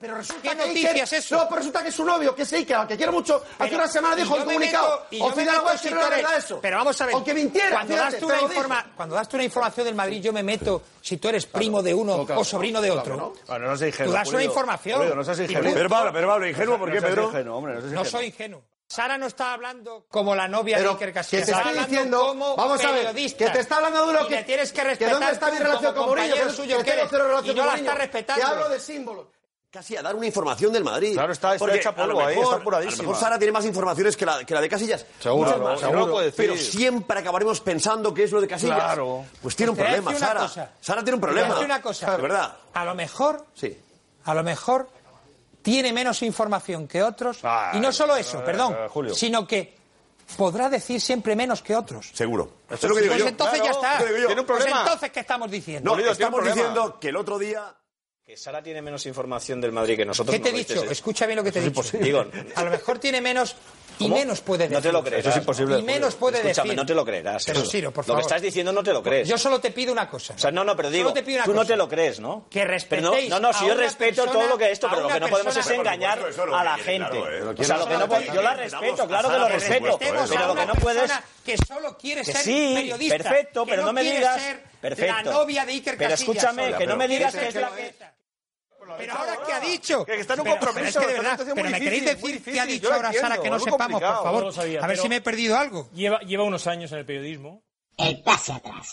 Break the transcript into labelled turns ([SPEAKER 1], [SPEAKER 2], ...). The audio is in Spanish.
[SPEAKER 1] pero
[SPEAKER 2] ¿Qué
[SPEAKER 1] resulta que Iker-
[SPEAKER 2] noticia es eso?
[SPEAKER 1] No, pero resulta que su novio, que es Iker, al que quiere mucho, hace una semana dijo en
[SPEAKER 2] el
[SPEAKER 1] un comunicado oficial web que no era verdad eso.
[SPEAKER 2] Pero vamos a ver.
[SPEAKER 1] Aunque mintiera,
[SPEAKER 2] Cuando,
[SPEAKER 1] fíjate,
[SPEAKER 2] das tú
[SPEAKER 1] te
[SPEAKER 2] una
[SPEAKER 1] lo dijo.
[SPEAKER 2] informa- cuando das tú una información del Madrid, yo me meto si tú eres primo de uno
[SPEAKER 1] No, claro.
[SPEAKER 2] o sobrino de otro.
[SPEAKER 1] Claro,
[SPEAKER 3] Bueno, no seas ingenuo.
[SPEAKER 2] Tú das una
[SPEAKER 3] Pulido.
[SPEAKER 2] información.
[SPEAKER 3] Pulido, no seas ingenuo.
[SPEAKER 4] Pero habla, pero habla, ingenuo, ¿por qué,
[SPEAKER 3] No seas
[SPEAKER 4] Pedro?
[SPEAKER 3] ingenuo, hombre, no seas
[SPEAKER 2] No
[SPEAKER 3] ingenuo.
[SPEAKER 2] soy ingenuo. Sara no está hablando como la novia de
[SPEAKER 1] Pero
[SPEAKER 2] Iker
[SPEAKER 1] que
[SPEAKER 2] Casillas.
[SPEAKER 1] te
[SPEAKER 2] está
[SPEAKER 1] estoy
[SPEAKER 2] hablando
[SPEAKER 1] diciendo,
[SPEAKER 2] como
[SPEAKER 1] vamos a ver,
[SPEAKER 2] periodista.
[SPEAKER 1] que te está hablando de lo
[SPEAKER 2] Y
[SPEAKER 1] que-
[SPEAKER 2] le tienes que
[SPEAKER 1] que
[SPEAKER 2] respetar.
[SPEAKER 1] dónde está mi
[SPEAKER 2] tú
[SPEAKER 1] relación
[SPEAKER 2] como
[SPEAKER 1] con Mourinho,
[SPEAKER 2] compañero
[SPEAKER 1] que
[SPEAKER 2] suyo
[SPEAKER 1] tengo
[SPEAKER 2] que eres.
[SPEAKER 1] cero relación
[SPEAKER 2] y no
[SPEAKER 1] con
[SPEAKER 2] la
[SPEAKER 1] Mourinho.
[SPEAKER 2] está respetando.
[SPEAKER 1] Te hablo de símbolos.
[SPEAKER 5] Casi a dar una información del Madrid.
[SPEAKER 3] Claro, está- está
[SPEAKER 5] Porque
[SPEAKER 3] hecha
[SPEAKER 5] a lo
[SPEAKER 3] polvo ahí,
[SPEAKER 5] mejor-
[SPEAKER 3] está apuradísima.
[SPEAKER 5] A lo mejor Sara tiene más informaciones que la, que la de Casillas.
[SPEAKER 3] Seguro,
[SPEAKER 5] Muchas
[SPEAKER 3] no,
[SPEAKER 5] más.
[SPEAKER 3] seguro puede decir.
[SPEAKER 5] Pero siempre acabaremos pensando que es lo de Casillas.
[SPEAKER 3] Claro.
[SPEAKER 5] Pues tiene un
[SPEAKER 2] Te voy a
[SPEAKER 5] problema,
[SPEAKER 2] decir una
[SPEAKER 5] Sara.
[SPEAKER 2] cosa.
[SPEAKER 5] Sara tiene un
[SPEAKER 2] Te voy a
[SPEAKER 5] problema.
[SPEAKER 2] decir una cosa.
[SPEAKER 5] De verdad.
[SPEAKER 2] A lo mejor,
[SPEAKER 5] Sí.
[SPEAKER 2] a lo mejor tiene menos información que otros.
[SPEAKER 3] Ah,
[SPEAKER 2] y no solo eso,
[SPEAKER 3] eh,
[SPEAKER 2] perdón,
[SPEAKER 3] eh, Julio.
[SPEAKER 2] sino que podrá decir siempre menos que otros.
[SPEAKER 5] Seguro. Eso es lo que digo
[SPEAKER 2] pues
[SPEAKER 5] yo.
[SPEAKER 2] entonces
[SPEAKER 3] claro,
[SPEAKER 2] ya
[SPEAKER 5] es lo que
[SPEAKER 2] está.
[SPEAKER 5] digo yo.
[SPEAKER 3] Tiene un
[SPEAKER 2] Pues
[SPEAKER 3] problema.
[SPEAKER 2] entonces, ¿qué estamos diciendo?
[SPEAKER 5] No,
[SPEAKER 3] Bolido, tiene
[SPEAKER 5] estamos
[SPEAKER 3] un problema.
[SPEAKER 5] diciendo que el otro día...
[SPEAKER 6] Que Sara tiene menos información del Madrid que nosotros.
[SPEAKER 2] ¿Qué te he
[SPEAKER 6] no lo
[SPEAKER 2] dicho?
[SPEAKER 6] dices, ¿eh?
[SPEAKER 2] Escucha bien lo que te he dicho.
[SPEAKER 6] Digo,
[SPEAKER 2] A lo mejor tiene menos y
[SPEAKER 6] ¿Cómo?
[SPEAKER 2] menos puede decir.
[SPEAKER 6] No te lo creerás. Eso es imposible,
[SPEAKER 2] Y menos puede
[SPEAKER 6] escúchame,
[SPEAKER 2] decir.
[SPEAKER 6] no te lo creerás.
[SPEAKER 2] Pero, Siro, por
[SPEAKER 6] Lo
[SPEAKER 2] favor.
[SPEAKER 6] que estás diciendo no te lo crees.
[SPEAKER 2] Yo solo te pido una cosa.
[SPEAKER 6] O sea, no, no, pero digo,
[SPEAKER 2] Solo te pido una
[SPEAKER 6] tú no
[SPEAKER 2] cosa.
[SPEAKER 6] te lo crees, ¿no?
[SPEAKER 2] Que
[SPEAKER 6] Pero no,
[SPEAKER 2] respetéis
[SPEAKER 6] no, no, si
[SPEAKER 2] a
[SPEAKER 6] yo
[SPEAKER 2] una
[SPEAKER 6] respeto
[SPEAKER 2] persona-
[SPEAKER 6] todo lo que esto,
[SPEAKER 2] a
[SPEAKER 6] pero lo que
[SPEAKER 2] una
[SPEAKER 6] no podemos es
[SPEAKER 2] persona-
[SPEAKER 6] engañar
[SPEAKER 5] Pero, por supuesto,
[SPEAKER 6] a
[SPEAKER 5] eso
[SPEAKER 6] la
[SPEAKER 5] lo quiere,
[SPEAKER 6] gente.
[SPEAKER 5] claro, eh, lo
[SPEAKER 6] O sea,
[SPEAKER 5] quiere.
[SPEAKER 6] lo que no,
[SPEAKER 5] Sara,
[SPEAKER 6] yo la respeto, claro que lo
[SPEAKER 5] Sara, por
[SPEAKER 6] respeto,
[SPEAKER 5] supuesto,
[SPEAKER 2] Respetemos
[SPEAKER 5] eh,
[SPEAKER 2] a
[SPEAKER 6] pero lo
[SPEAKER 2] una
[SPEAKER 6] que no puedes
[SPEAKER 2] persona que solo quiere
[SPEAKER 6] que
[SPEAKER 2] ser
[SPEAKER 6] sí,
[SPEAKER 2] periodista.
[SPEAKER 6] perfecto,
[SPEAKER 2] que
[SPEAKER 6] pero no me
[SPEAKER 2] quiere
[SPEAKER 6] digas-
[SPEAKER 2] ser La
[SPEAKER 6] perfecto.
[SPEAKER 2] novia de Iker
[SPEAKER 6] Pero
[SPEAKER 2] Casillas.
[SPEAKER 6] escúchame,
[SPEAKER 2] Oiga,
[SPEAKER 6] que no me
[SPEAKER 2] pero
[SPEAKER 6] digas
[SPEAKER 2] quiere
[SPEAKER 6] que
[SPEAKER 2] ser
[SPEAKER 6] es la que-
[SPEAKER 2] periodista. Pero ahora, ¿qué ha dicho?
[SPEAKER 3] Que está en un
[SPEAKER 2] Pero-
[SPEAKER 3] compromiso,
[SPEAKER 2] pero es que de
[SPEAKER 3] es una
[SPEAKER 2] verdad,
[SPEAKER 3] situación
[SPEAKER 2] pero
[SPEAKER 3] muy
[SPEAKER 2] me queréis
[SPEAKER 3] difícil, muy
[SPEAKER 2] decir qué ha
[SPEAKER 3] difícil,
[SPEAKER 2] dicho
[SPEAKER 3] yo lo
[SPEAKER 2] ahora Sara,
[SPEAKER 3] entiendo,
[SPEAKER 2] que no
[SPEAKER 3] es muy
[SPEAKER 2] sepamos, por
[SPEAKER 3] complicado.
[SPEAKER 2] favor.
[SPEAKER 7] No lo sabía,
[SPEAKER 2] a ver
[SPEAKER 7] pero-
[SPEAKER 2] si me he perdido algo.
[SPEAKER 7] Lleva, lleva unos años en el periodismo.
[SPEAKER 8] El pase atrás.